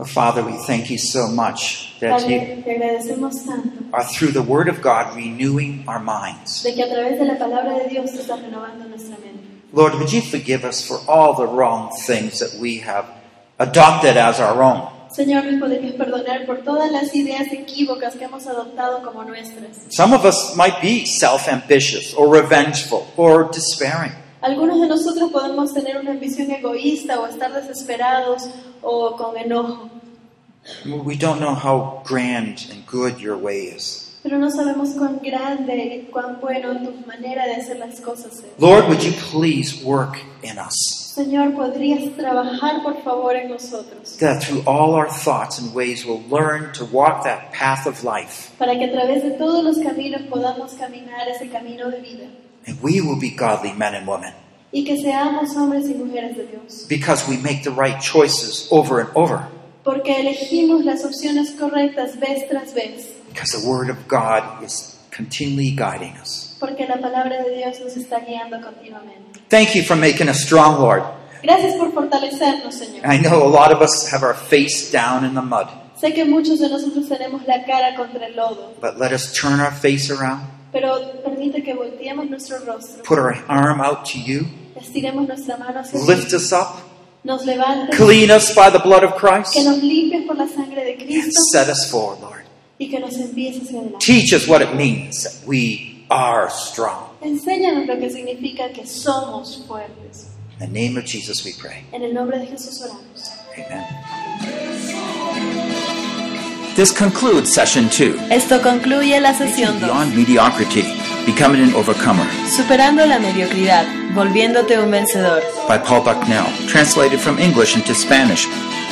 Oh, Father, we thank you so much that you
Padre, te agradecemos tanto
are through the Word of God renewing our minds.
de que a través de la palabra de Dios te estás renovando nuestra mente.
Lord, would you forgive us for all the wrong things that we have adopted as our own?
Señor, nos podrías perdonar por todas las ideas equívocas que hemos adoptado como nuestras.
Some of us might be self ambitious or revengeful or despairing.
Algunos de nosotros podemos tener una ambición egoísta o estar desesperados o con enojo,
We don't know how grand and good your way is.
pero no sabemos cuán grande y cuán bueno tu manera de hacer las cosas es.
Lord, would you please work in us
Señor, podrías trabajar por favor en nosotros
that through all our thoughts and ways we'll learn to walk that path of life
para que a través de todos los caminos podamos caminar ese camino de vida
and we will be godly men and women
y que seamos hombres y mujeres de Dios,
because we make the right choices over and over
porque elegimos las opciones correctas vez tras vez,
because the Word of God is continually guiding us.
porque la palabra de Dios nos está guiando continuamente.
Thank you for making us strong, Lord.
Gracias por fortalecernos, Señor.
I know a lot of us have our face down in the mud,
Sé que muchos de nosotros tenemos la cara contra el lodo,
but let us turn our face around,
pero permite que volteemos nuestro rostro,
put our arm out to you,
estiremos nuestra mano hacia
lift
ti,
us up,
nos levantes,
clean us by the blood of Christ,
que nos limpies por la sangre de
and
Cristo
set us forward, Lord.
y que nos envíes hacia adelante.
Teach us what it means that we are strong.
Enséñanos lo que significa que somos fuertes.
In the name of Jesus, we pray.
En el nombre de Jesús oramos.
Amen.
This concludes session two.
Esto concluye la sesión
Beyond
2.
mediocrity. Becoming an Overcomer
Superando la mediocridad, volviéndote un vencedor.
by Paul Bucknell, translated from English into Spanish.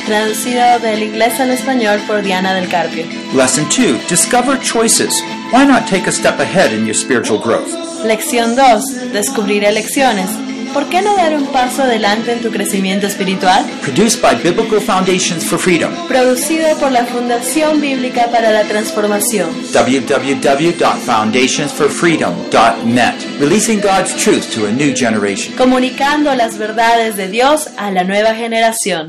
Traducido del inglés al español por Diana del Carpio.
Lesson 2 Discover choices. Why not take a step ahead in your spiritual growth?
Lección 2. Descubrir elecciones. ¿Por qué no dar un paso adelante en tu crecimiento espiritual?
Produced by Biblical Foundations for Freedom.
Producido por la Fundación Bíblica para la Transformación.
www.foundationsforfreedom.net. Releasing God's truth to a new generation.
Comunicando las verdades de Dios a la nueva generación.